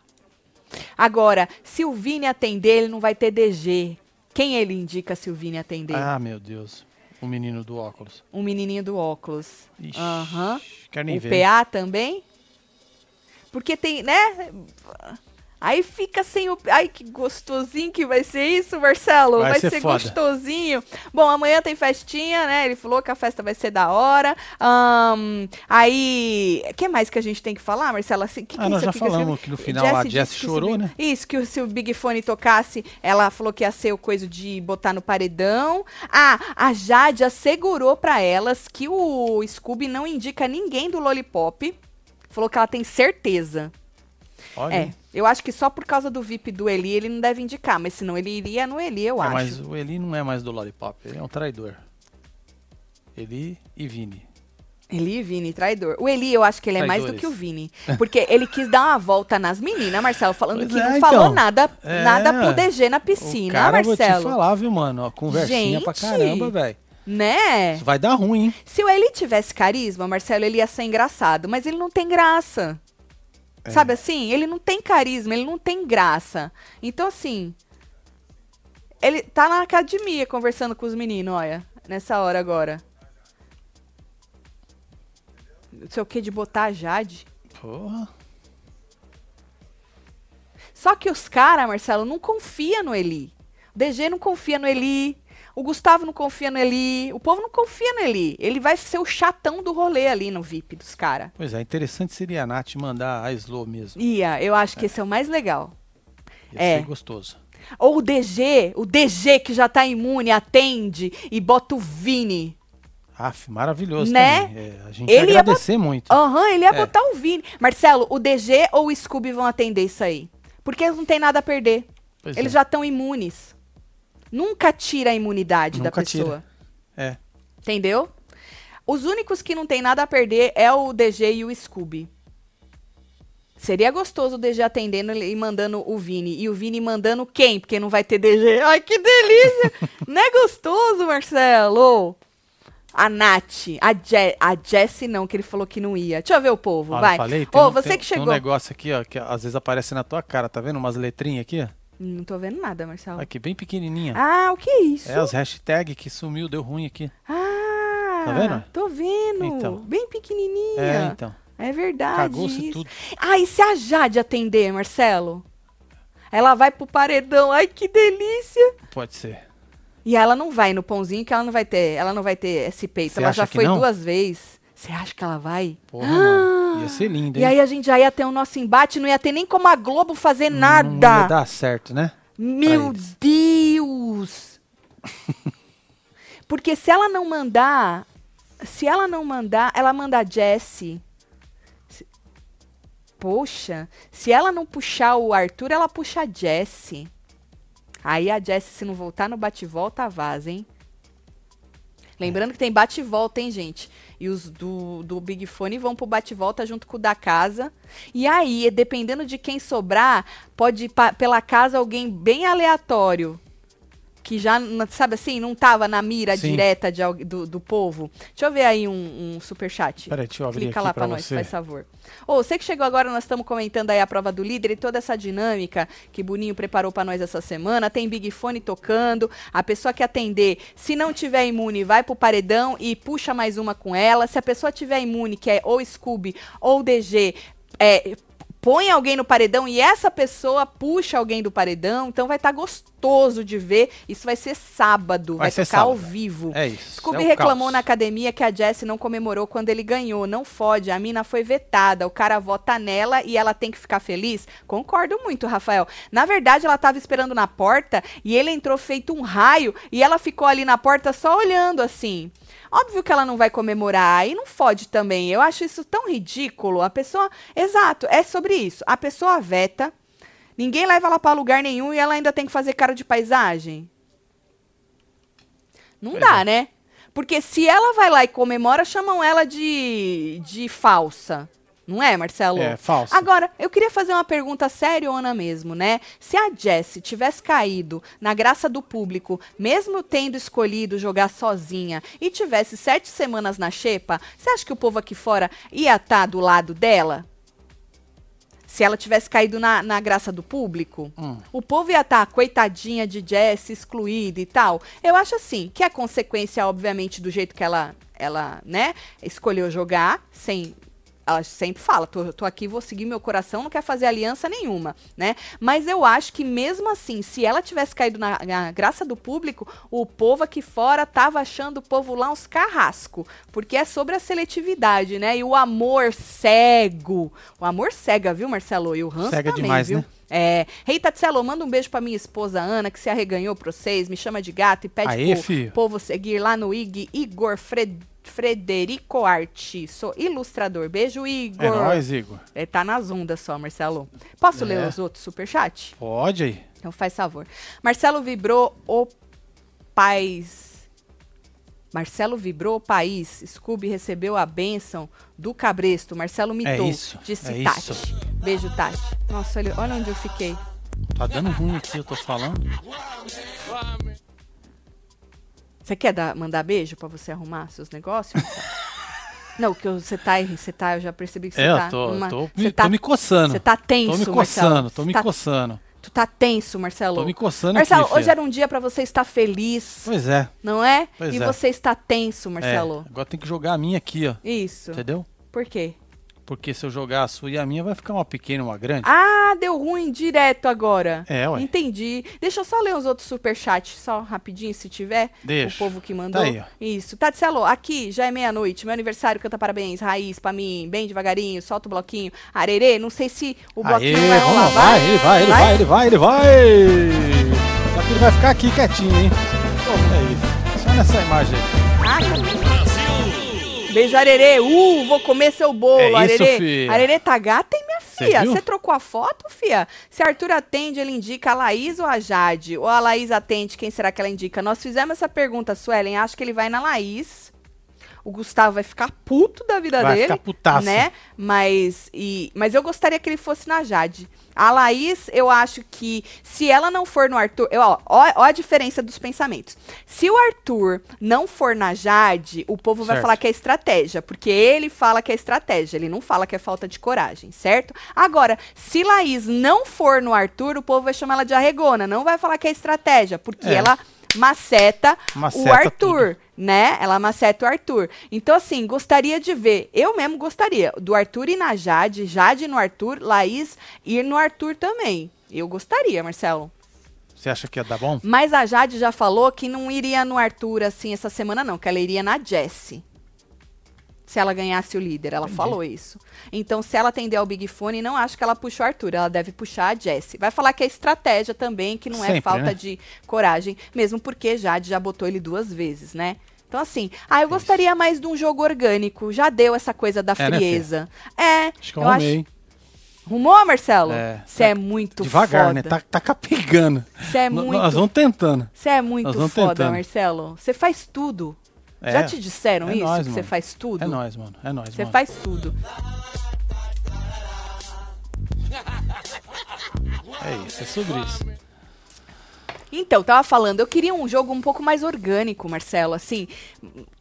Speaker 1: Agora, se o Vini atender, ele não vai ter DG. Quem ele indica se o Vini atender?
Speaker 2: Ah, meu Deus. O menino do óculos.
Speaker 1: Um menininho do óculos.
Speaker 2: Ixi,
Speaker 1: Aham.
Speaker 2: quero nem Ah,
Speaker 1: o
Speaker 2: ver.
Speaker 1: PA também? Porque tem, né? Aí fica sem o. Ai, que gostosinho que vai ser isso, Marcelo.
Speaker 2: Vai
Speaker 1: Vai,
Speaker 2: ser
Speaker 1: ser,
Speaker 2: foda.
Speaker 1: gostosinho. Bom, amanhã tem festinha, né? Ele falou que a festa vai ser da hora. Ahn, aí. O que mais que a gente tem que falar, Marcelo? Assim, que que
Speaker 2: Ah,
Speaker 1: é
Speaker 2: nós
Speaker 1: isso
Speaker 2: já
Speaker 1: aqui que eu escrevi?
Speaker 2: falamos que no final a
Speaker 1: disse
Speaker 2: Jessie
Speaker 1: que se o
Speaker 2: chorou,
Speaker 1: Big-
Speaker 2: né?
Speaker 1: Isso, que se o Big Fone tocasse, ela falou que ia ser o coisa de botar no paredão. Ah, a Jade assegurou pra elas que o Scooby não indica ninguém do Lollipop. Falou que ela tem certeza.
Speaker 2: Olha,
Speaker 1: É, eu acho que só por causa do VIP do Eli ele não deve indicar, mas senão ele iria no Eli, eu
Speaker 2: É,
Speaker 1: acho.
Speaker 2: mas o Eli não é mais do Lollipop, ele é um traidor. Eli e Vini.
Speaker 1: Eli e Vini, traidor. O Eli, eu acho que ele é mais do
Speaker 2: Traidores.
Speaker 1: que o Vini. Porque ele quis dar uma volta nas meninas, Marcelo, falando
Speaker 2: Pois
Speaker 1: que
Speaker 2: é,
Speaker 1: não falou
Speaker 2: então.
Speaker 1: nada,
Speaker 2: É.
Speaker 1: nada pro DG na
Speaker 2: o
Speaker 1: piscina,
Speaker 2: cara, vou te
Speaker 1: né, Marcelo.
Speaker 2: falar, viu, mano? Ó, conversinha pra
Speaker 1: Gente!
Speaker 2: caramba, velho.
Speaker 1: Né?
Speaker 2: Isso Vai dar ruim, hein?
Speaker 1: Se o Eli tivesse carisma, Marcelo, ele ia ser engraçado, mas ele não tem graça. Sabe assim? Ele não tem carisma, ele não tem graça. Então, assim. Ele tá na academia conversando com os meninos, olha, nessa hora agora. Não sei o que de botar a Jade.
Speaker 2: Porra.
Speaker 1: Só que os caras, Marcelo, não confia no Eli. O DG não confia no Eli. O Gustavo não confia no Eli. O povo não confia no Eli. Ele vai ser o chatão do rolê ali no VIP dos caras.
Speaker 2: Pois é, interessante seria a Nath mandar a Slow mesmo.
Speaker 1: Ia, eu acho que esse é o mais legal.
Speaker 2: Ia
Speaker 1: É.
Speaker 2: ser gostoso.
Speaker 1: Ou o DG, o DG que já tá imune, atende e bota o Vini.
Speaker 2: Aff, maravilhoso
Speaker 1: Né?
Speaker 2: também. É, a gente
Speaker 1: Ele
Speaker 2: ia
Speaker 1: ia
Speaker 2: agradecer muito.
Speaker 1: Aham, ele ia
Speaker 2: É.
Speaker 1: botar o Vini. Marcelo, o DG ou o Scooby vão atender isso aí? Porque eles não têm nada a perder.
Speaker 2: Pois
Speaker 1: eles
Speaker 2: é.
Speaker 1: já estão imunes. Nunca tira a imunidade da
Speaker 2: Nunca tira.
Speaker 1: pessoa.
Speaker 2: É.
Speaker 1: Entendeu? Os únicos que não tem nada a perder é o DG e o Scooby. Seria gostoso o DG atendendo e mandando o Vini. E o Vini mandando quem? Porque não vai ter DG. Ai, que delícia! não é gostoso, Marcelo? A Nath, a, Je a Jessie não, que ele falou que não ia. Deixa eu ver o povo,
Speaker 2: Olha,
Speaker 1: vai.
Speaker 2: falei, tem
Speaker 1: Ô,
Speaker 2: um-
Speaker 1: você
Speaker 2: tem-
Speaker 1: que
Speaker 2: tem
Speaker 1: chegou.
Speaker 2: um negócio aqui, ó, que às vezes aparece na tua cara, tá vendo? Umas letrinhas aqui, ó.
Speaker 1: Hum, Não tô vendo nada, Marcelo.
Speaker 2: Aqui, bem pequenininha.
Speaker 1: Ah, o que é isso?
Speaker 2: é, as hashtags que sumiu, deu ruim aqui.
Speaker 1: Ah,
Speaker 2: Tá vendo?
Speaker 1: Tô vendo.
Speaker 2: Então.
Speaker 1: Bem pequenininha.
Speaker 2: É, então.
Speaker 1: É verdade.
Speaker 2: Cagou-se
Speaker 1: isso.
Speaker 2: tudo.
Speaker 1: Ah, e se a Jade atender, Marcelo? Ela vai pro paredão. Ai, que delícia!
Speaker 2: Pode ser.
Speaker 1: E ela não vai no pãozinho, que ela não vai ter, ela não vai ter esse peito.
Speaker 2: Você
Speaker 1: ela
Speaker 2: acha
Speaker 1: já
Speaker 2: que
Speaker 1: foi
Speaker 2: não?
Speaker 1: duas vezes. Você acha que ela vai?
Speaker 2: Porra, mano. Ia ser lindo, hein?
Speaker 1: Ah, E aí a gente já ia ter o nosso embate, não ia ter nem como a Globo fazer
Speaker 2: Não
Speaker 1: nada.
Speaker 2: ia dar certo, né?
Speaker 1: Meu
Speaker 2: pra eles.
Speaker 1: Deus! Porque se ela não mandar, se ela não mandar, ela manda a Jessie. Se- Poxa, se ela não puxar o Arthur, ela puxa a Jessie. Aí a Jessie, se não voltar no bate-volta, vaza, hein? Lembrando que tem bate-volta, hein, gente? E os do, do Big Fone vão pro bate-volta junto com o da casa. E aí, dependendo de quem sobrar, pode ir pa- pela casa alguém bem aleatório. Que já, n- sabe assim, não tava na mira
Speaker 2: Sim.
Speaker 1: direta de, algu- do, do povo. Deixa eu ver aí um, um superchat.
Speaker 2: Peraí, deixa eu abrir
Speaker 1: Clica
Speaker 2: aqui
Speaker 1: lá
Speaker 2: pra
Speaker 1: pra nós,
Speaker 2: você.
Speaker 1: faz favor. Ô, você que chegou agora, nós estamos comentando aí a prova do líder e toda essa dinâmica que Boninho preparou pra nós essa semana. Tem Big Fone tocando, a pessoa que atender, se não tiver imune, vai pro paredão e puxa mais uma com ela. Se a pessoa tiver imune, que é ou Scooby ou DG, é, põe alguém no paredão e essa pessoa puxa alguém do paredão. Então vai estar gostoso de ver. Isso vai ser sábado,
Speaker 2: Vai
Speaker 1: vai,
Speaker 2: ser
Speaker 1: tocar ao
Speaker 2: sábado.
Speaker 1: vivo.
Speaker 2: É isso.
Speaker 1: Scooby
Speaker 2: é o
Speaker 1: reclamou
Speaker 2: caos.
Speaker 1: na academia que a Jessie não comemorou quando ele ganhou. Não fode, a mina foi vetada. O cara vota nela e ela tem que ficar feliz? Concordo muito, Rafael. Na verdade, ela tava esperando na porta e ele entrou feito um raio e ela ficou ali na porta só olhando assim. Óbvio que ela não vai comemorar e não fode também. Eu acho isso tão ridículo. A pessoa. Exato, é sobre isso. A pessoa veta, ninguém leva ela pra lugar nenhum e ela ainda tem que fazer cara de paisagem. Não
Speaker 2: Pois
Speaker 1: dá,
Speaker 2: é.
Speaker 1: né? Porque se ela vai lá e comemora, chamam ela de, de falsa. Não é, Marcelo?
Speaker 2: É, falso.
Speaker 1: Agora, eu queria fazer uma pergunta seriona mesmo, né? Se a Jessie tivesse caído na graça do público, mesmo tendo escolhido jogar sozinha e tivesse sete semanas na xepa, você acha que o povo aqui fora ia estar do lado dela? Se ela tivesse caído na, na graça do público?
Speaker 2: Hum.
Speaker 1: O povo ia estar coitadinha de Jess, excluída e tal. Eu acho assim, que é consequência, obviamente, do jeito que ela, ela né, escolheu jogar, sem ela sempre fala, tô, tô, aqui, vou seguir meu coração, não quer fazer aliança nenhuma, né? Mas eu acho que mesmo assim, se ela tivesse caído na, na graça do público, o povo aqui fora tava achando o povo lá uns carrasco, porque é sobre a seletividade, né? E o amor cego, o amor cega, viu, Marcelo? E o Hans
Speaker 2: cega
Speaker 1: também,
Speaker 2: demais,
Speaker 1: viu?
Speaker 2: Né?
Speaker 1: É, Rei hey, Tatselo, manda um beijo pra minha esposa Ana, que se arreganhou pra vocês, me chama de gato e pede
Speaker 2: Aê,
Speaker 1: pro
Speaker 2: filho.
Speaker 1: povo seguir lá no IG Igor Fred, Frederico Arte. Sou ilustrador. Beijo, Igor.
Speaker 2: É nóis, Igor.
Speaker 1: É, tá nas ondas só, Marcelo. Posso
Speaker 2: É.
Speaker 1: ler os outros superchat?
Speaker 2: Pode aí.
Speaker 1: Então faz favor. Marcelo vibrou o país. Marcelo vibrou o país. Scooby recebeu a bênção do cabresto. Marcelo mitou.
Speaker 2: isso,
Speaker 1: Disse
Speaker 2: é
Speaker 1: Tati.
Speaker 2: isso.
Speaker 1: Beijo, Tati. Nossa, olha, olha onde eu fiquei.
Speaker 2: Tá dando ruim aqui, eu tô falando.
Speaker 1: Você quer dar- mandar beijo pra você arrumar seus negócios? Marcelo? Não, que eu- você tá, aí, você tá, eu já percebi que você
Speaker 2: É,
Speaker 1: tá.
Speaker 2: eu tô,
Speaker 1: numa-
Speaker 2: tô,
Speaker 1: você
Speaker 2: me,
Speaker 1: tá-
Speaker 2: tô me coçando.
Speaker 1: Você tá tenso,
Speaker 2: tô me
Speaker 1: Marcelo.
Speaker 2: coçando, tô me
Speaker 1: Tá-
Speaker 2: coçando.
Speaker 1: Tu tá tenso, Marcelo.
Speaker 2: Tô me coçando
Speaker 1: Marcelo,
Speaker 2: aqui,
Speaker 1: hoje
Speaker 2: filho.
Speaker 1: era um dia pra você estar feliz,
Speaker 2: Pois é,
Speaker 1: não é?
Speaker 2: Pois
Speaker 1: e
Speaker 2: é.
Speaker 1: você está tenso,
Speaker 2: é.
Speaker 1: Marcelo.
Speaker 2: Agora tem que jogar a minha aqui, ó.
Speaker 1: Isso.
Speaker 2: Entendeu?
Speaker 1: Por quê?
Speaker 2: Porque se eu jogar a sua e a minha, vai ficar uma pequena e uma grande.
Speaker 1: Ah, deu ruim direto agora.
Speaker 2: É, ué.
Speaker 1: Entendi. Deixa eu só ler os outros superchats, só rapidinho, se tiver.
Speaker 2: Deixa.
Speaker 1: O povo que mandou.
Speaker 2: Tá aí, ó.
Speaker 1: Isso. Tati alô, aqui já é meia-noite. Meu aniversário, canta parabéns. Raiz pra mim, bem devagarinho, solta o bloquinho. Arerê, não sei se o bloquinho
Speaker 2: Aê,
Speaker 1: vai
Speaker 2: vamos
Speaker 1: rolar.
Speaker 2: lá, vai, ele vai, ele vai, ele vai, ele vai. Só que ele vai ficar aqui quietinho, hein? É isso. Só nessa imagem aí.
Speaker 1: Ah, tá. Beijo, Arerê. Uh, vou comer seu bolo,
Speaker 2: É isso,
Speaker 1: Arerê.
Speaker 2: fi.
Speaker 1: Arerê tá gata, hein, minha filha?
Speaker 2: viu?
Speaker 1: Você trocou a foto, fia? Se Arthur atende, ele indica a Laís ou a Jade? Ou a Laís atende, quem será que ela indica? Nós fizemos essa pergunta, Suelen. Acho que ele vai na Laís. O Gustavo vai ficar puto da vida
Speaker 2: Vai
Speaker 1: dele.
Speaker 2: ficar putaço.
Speaker 1: Né? Mas, e, mas eu gostaria que ele fosse na Jade. A Laís, eu acho que se ela não for no Arthur. Eu, ó, ó, ó a diferença dos pensamentos. Se o Arthur não for na Jade, o povo vai
Speaker 2: Certo.
Speaker 1: falar que é estratégia, porque ele fala que é estratégia, ele não fala que é falta de coragem, certo? Agora, se Laís não for no Arthur, o povo vai chamar ela de arregona, não vai falar que é estratégia, porque
Speaker 2: É.
Speaker 1: ela maceta,
Speaker 2: Maceta
Speaker 1: o Arthur, né? Ela maceta o Arthur. Então, assim, gostaria de ver, eu mesmo gostaria, do Arthur ir na Jade, Jade no Arthur, Laís ir no Arthur também. Eu gostaria, Marcelo.
Speaker 2: Você acha que ia dar bom?
Speaker 1: Mas a Jade já falou que não iria no Arthur assim essa semana, não, que ela iria na Jessie. Se ela ganhasse o líder, ela falou isso. Então, se ela atender ao Big Fone, não acho que ela puxou o Arthur, ela deve puxar a Jessie. Vai falar que é estratégia também, que não é
Speaker 2: Sempre,
Speaker 1: falta
Speaker 2: né?
Speaker 1: de coragem, mesmo porque Jade já botou ele duas vezes, né? Então, assim, ah, eu gostaria mais de um jogo orgânico. Já deu essa coisa da
Speaker 2: É, né,
Speaker 1: frieza. é,
Speaker 2: Acho que eu arrumei, hein?
Speaker 1: Rumou, Marcelo?
Speaker 2: É,
Speaker 1: Você é,
Speaker 2: tá
Speaker 1: muito
Speaker 2: Devagar,
Speaker 1: foda.
Speaker 2: né? Tá, tá capigando.
Speaker 1: Você é
Speaker 2: N-
Speaker 1: muito
Speaker 2: Nós vamos tentando.
Speaker 1: você é muito
Speaker 2: Nós vamos
Speaker 1: foda,
Speaker 2: tentando.
Speaker 1: Marcelo. Você faz tudo.
Speaker 2: É.
Speaker 1: Já te disseram
Speaker 2: É
Speaker 1: isso?
Speaker 2: nóis,
Speaker 1: que você
Speaker 2: mano.
Speaker 1: faz tudo?
Speaker 2: É nóis, mano. É nóis,
Speaker 1: Você
Speaker 2: mano.
Speaker 1: faz tudo.
Speaker 2: É isso, é sobre isso.
Speaker 1: Então, tava falando, eu queria um jogo um pouco mais orgânico, Marcelo. Assim,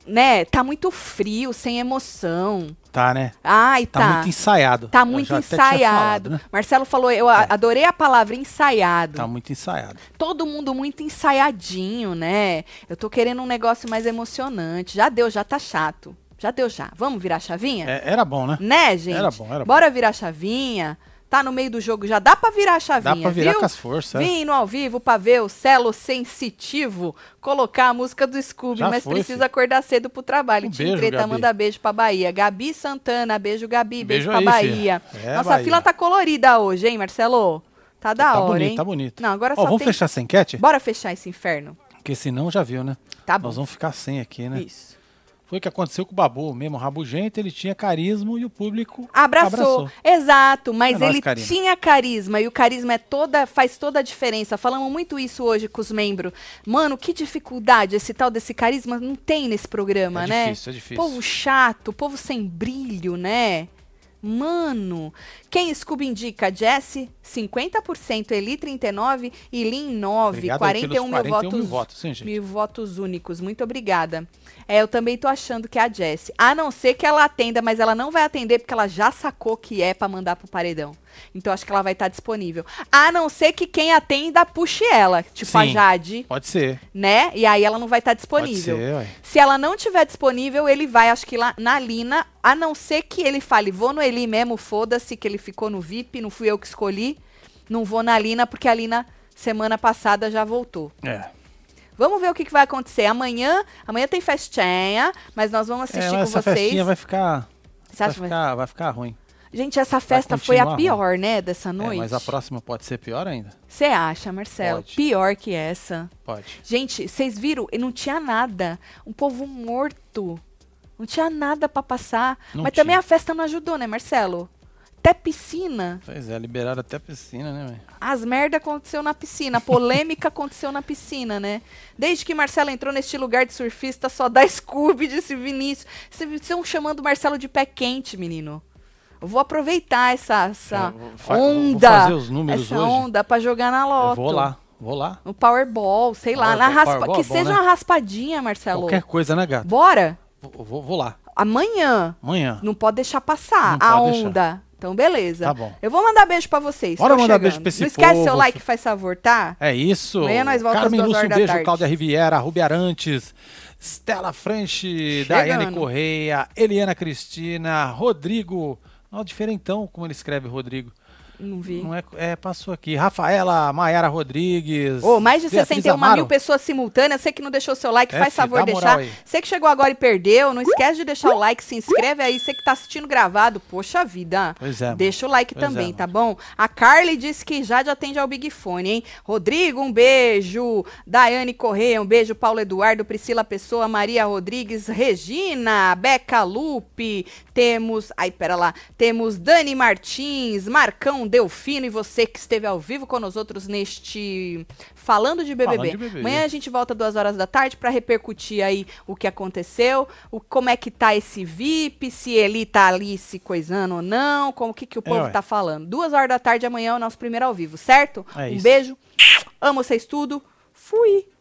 Speaker 1: né? Tá muito frio, sem emoção.
Speaker 2: Tá, né?
Speaker 1: Ai,
Speaker 2: Tá,
Speaker 1: tá.
Speaker 2: muito ensaiado.
Speaker 1: Tá
Speaker 2: Eu
Speaker 1: muito
Speaker 2: já até tinha
Speaker 1: ensaiado.
Speaker 2: falado, né?
Speaker 1: Marcelo falou, eu a- adorei a palavra ensaiado.
Speaker 2: Tá muito ensaiado.
Speaker 1: Todo mundo muito ensaiadinho, né? Eu tô querendo um negócio mais emocionante. Já deu, já tá chato. Já deu, já. Vamos virar a chavinha?
Speaker 2: É, era bom, né?
Speaker 1: Né, gente?
Speaker 2: Era bom, era bom.
Speaker 1: Bora virar a chavinha. Tá no meio do jogo, já dá pra virar a chavinha,
Speaker 2: Dá pra virar
Speaker 1: viu?
Speaker 2: com as forças. é.
Speaker 1: Vim no ao vivo pra ver o Celo Sensitivo colocar a música do Scooby,
Speaker 2: Já
Speaker 1: mas
Speaker 2: foi,
Speaker 1: precisa
Speaker 2: filho.
Speaker 1: acordar cedo pro trabalho.
Speaker 2: Um
Speaker 1: Tim
Speaker 2: beijo,
Speaker 1: Treta
Speaker 2: Gabi.
Speaker 1: manda beijo pra Bahia. Gabi Santana, beijo Gabi, beijo,
Speaker 2: Beijo
Speaker 1: pra
Speaker 2: aí, filha.
Speaker 1: Bahia.
Speaker 2: É,
Speaker 1: Nossa
Speaker 2: Bahia.
Speaker 1: fila tá colorida hoje, hein, Marcelo? Tá da
Speaker 2: tá
Speaker 1: hora,
Speaker 2: bonito,
Speaker 1: hein?
Speaker 2: tá bonito.
Speaker 1: Não, agora
Speaker 2: Ó,
Speaker 1: só
Speaker 2: vamos
Speaker 1: tem-
Speaker 2: fechar essa enquete?
Speaker 1: Bora fechar esse inferno.
Speaker 2: Porque senão já viu, né?
Speaker 1: Tá bom.
Speaker 2: Nós vamos ficar sem aqui, né?
Speaker 1: Isso.
Speaker 2: Foi o que aconteceu com o Babu, mesmo rabugento, ele tinha carisma e o público
Speaker 1: Abraçou. Exato, mas
Speaker 2: É nóis,
Speaker 1: ele
Speaker 2: Karina.
Speaker 1: tinha carisma e o carisma é toda faz toda a diferença. Falamos muito isso hoje com os membros. Mano, que dificuldade esse tal desse carisma não tem nesse programa,
Speaker 2: É
Speaker 1: né?
Speaker 2: difícil, é difícil.
Speaker 1: Povo chato, povo sem brilho, né? Mano, quem Scooby indica? Jesse, 50%, Eli, 39% e Lin, 9%.
Speaker 2: Obrigado aí
Speaker 1: 41,
Speaker 2: pelos 41
Speaker 1: mil votos.
Speaker 2: mil votos, hein, gente?
Speaker 1: Mil votos únicos, muito obrigada. É, eu também tô achando que é a Jessie. A não ser que ela atenda, mas ela não vai atender porque ela já sacou que é pra mandar pro paredão. Então acho que ela vai estar disponível. A não ser que quem a tem ainda puxe ela, tipo a
Speaker 2: Sim.
Speaker 1: Jade,
Speaker 2: Pode ser.
Speaker 1: né? E aí ela não vai estar
Speaker 2: Pode
Speaker 1: disponível.
Speaker 2: ser, ué.
Speaker 1: Se ela não tiver disponível, ele vai, acho que lá na Lina, a não ser que ele fale, vou no Eli mesmo, foda-se, que ele ficou no VIP, não fui eu que escolhi, não vou na Lina, porque a Lina semana passada já voltou.
Speaker 2: É.
Speaker 1: Vamos ver o que, que vai acontecer. Amanhã, amanhã tem festinha, mas nós vamos
Speaker 2: É,
Speaker 1: assistir
Speaker 2: mas
Speaker 1: com
Speaker 2: essa
Speaker 1: vocês.
Speaker 2: festinha vai ficar,
Speaker 1: Você
Speaker 2: vai
Speaker 1: acha que vai-
Speaker 2: ficar, vai ficar ruim.
Speaker 1: Gente, essa festa foi a
Speaker 2: continuar,
Speaker 1: pior, né, dessa
Speaker 2: É,
Speaker 1: noite.
Speaker 2: mas a próxima pode ser pior ainda?
Speaker 1: Você acha, Marcelo?
Speaker 2: Pode.
Speaker 1: Pior que essa.
Speaker 2: Pode.
Speaker 1: Gente, vocês viram? E Não tinha nada. Um povo morto. Não tinha nada pra passar.
Speaker 2: Não
Speaker 1: Mas também
Speaker 2: tinha.
Speaker 1: a festa não ajudou, né, Marcelo? Até piscina.
Speaker 2: Pois é, liberaram até a piscina, né, velho?
Speaker 1: As merda aconteceu na piscina. A polêmica aconteceu na piscina, né? Desde que Marcelo entrou neste lugar de surfista, só dá Scooby, disse Vinícius. Vocês estão é um chamando o Marcelo de pé quente, menino. Eu vou aproveitar essa, essa
Speaker 2: Eu É, vou fa- Vou
Speaker 1: onda.
Speaker 2: fazer os números
Speaker 1: essa
Speaker 2: hoje.
Speaker 1: onda pra jogar na
Speaker 2: Eu
Speaker 1: loto.
Speaker 2: vou lá, vou lá.
Speaker 1: No Powerball, sei lá. na
Speaker 2: Powerball,
Speaker 1: raspa...
Speaker 2: Powerball é
Speaker 1: que
Speaker 2: bom,
Speaker 1: seja
Speaker 2: né?
Speaker 1: uma raspadinha, Marcelo.
Speaker 2: Qualquer coisa, né, gato?
Speaker 1: Bora?
Speaker 2: Vou, vou- vou lá.
Speaker 1: Amanhã.
Speaker 2: Amanhã.
Speaker 1: Não pode deixar passar
Speaker 2: Não
Speaker 1: a
Speaker 2: pode deixar.
Speaker 1: onda. Então, beleza.
Speaker 2: Tá bom.
Speaker 1: Eu vou mandar beijo pra vocês.
Speaker 2: Bora
Speaker 1: Tô
Speaker 2: mandar
Speaker 1: chegando.
Speaker 2: beijo pra esse
Speaker 1: Não esquece seu
Speaker 2: povo.
Speaker 1: like, faz favor, tá?
Speaker 2: É isso.
Speaker 1: Amanhã nós voltamos
Speaker 2: Carmen
Speaker 1: duas
Speaker 2: Lúcia,
Speaker 1: horas
Speaker 2: um
Speaker 1: da
Speaker 2: beijo,
Speaker 1: tarde.
Speaker 2: Cláudia Riviera, Rubi Arantes, Stella Franchi,
Speaker 1: Chegando.
Speaker 2: Daiane Correia, Eliana Cristina, Rodrigo. Ó, diferentão como ele escreve Rodrigo.
Speaker 1: Não vi.
Speaker 2: Não é, é, passou aqui. Rafaela, Maiara Rodrigues.
Speaker 1: Ô, mais de
Speaker 2: Beatriz
Speaker 1: 61
Speaker 2: Amaro.
Speaker 1: mil pessoas simultâneas. Você que não deixou seu like,
Speaker 2: É,
Speaker 1: faz
Speaker 2: fi,
Speaker 1: favor
Speaker 2: dá
Speaker 1: de
Speaker 2: moral
Speaker 1: deixar.
Speaker 2: aí.
Speaker 1: Você que chegou agora e perdeu, não esquece de deixar o like, se inscreve aí. Você que tá assistindo gravado, poxa vida.
Speaker 2: Pois é. mano.
Speaker 1: Deixa o like
Speaker 2: Pois é,
Speaker 1: também,
Speaker 2: mano.
Speaker 1: tá bom? A Carly disse que já atende ao Big Fone, hein? Rodrigo, um beijo. Daiane Correia, um beijo. Paulo Eduardo, Priscila Pessoa, Maria Rodrigues, Regina, Beca Lupe. Temos, ai, pera lá. Temos Dani Martins, Marcão Delfino e você que esteve ao vivo com nós outros neste Falando de BBB.
Speaker 2: Falando de BBB.
Speaker 1: Amanhã a gente volta duas horas da tarde pra repercutir aí o que aconteceu, o, como é que tá esse VIP, se ele tá ali se coisando ou não, como o que, que o povo
Speaker 2: ué.
Speaker 1: tá falando. Duas horas da tarde amanhã é o nosso primeiro ao vivo, certo?
Speaker 2: É
Speaker 1: um
Speaker 2: isso.
Speaker 1: beijo, amo vocês tudo, fui!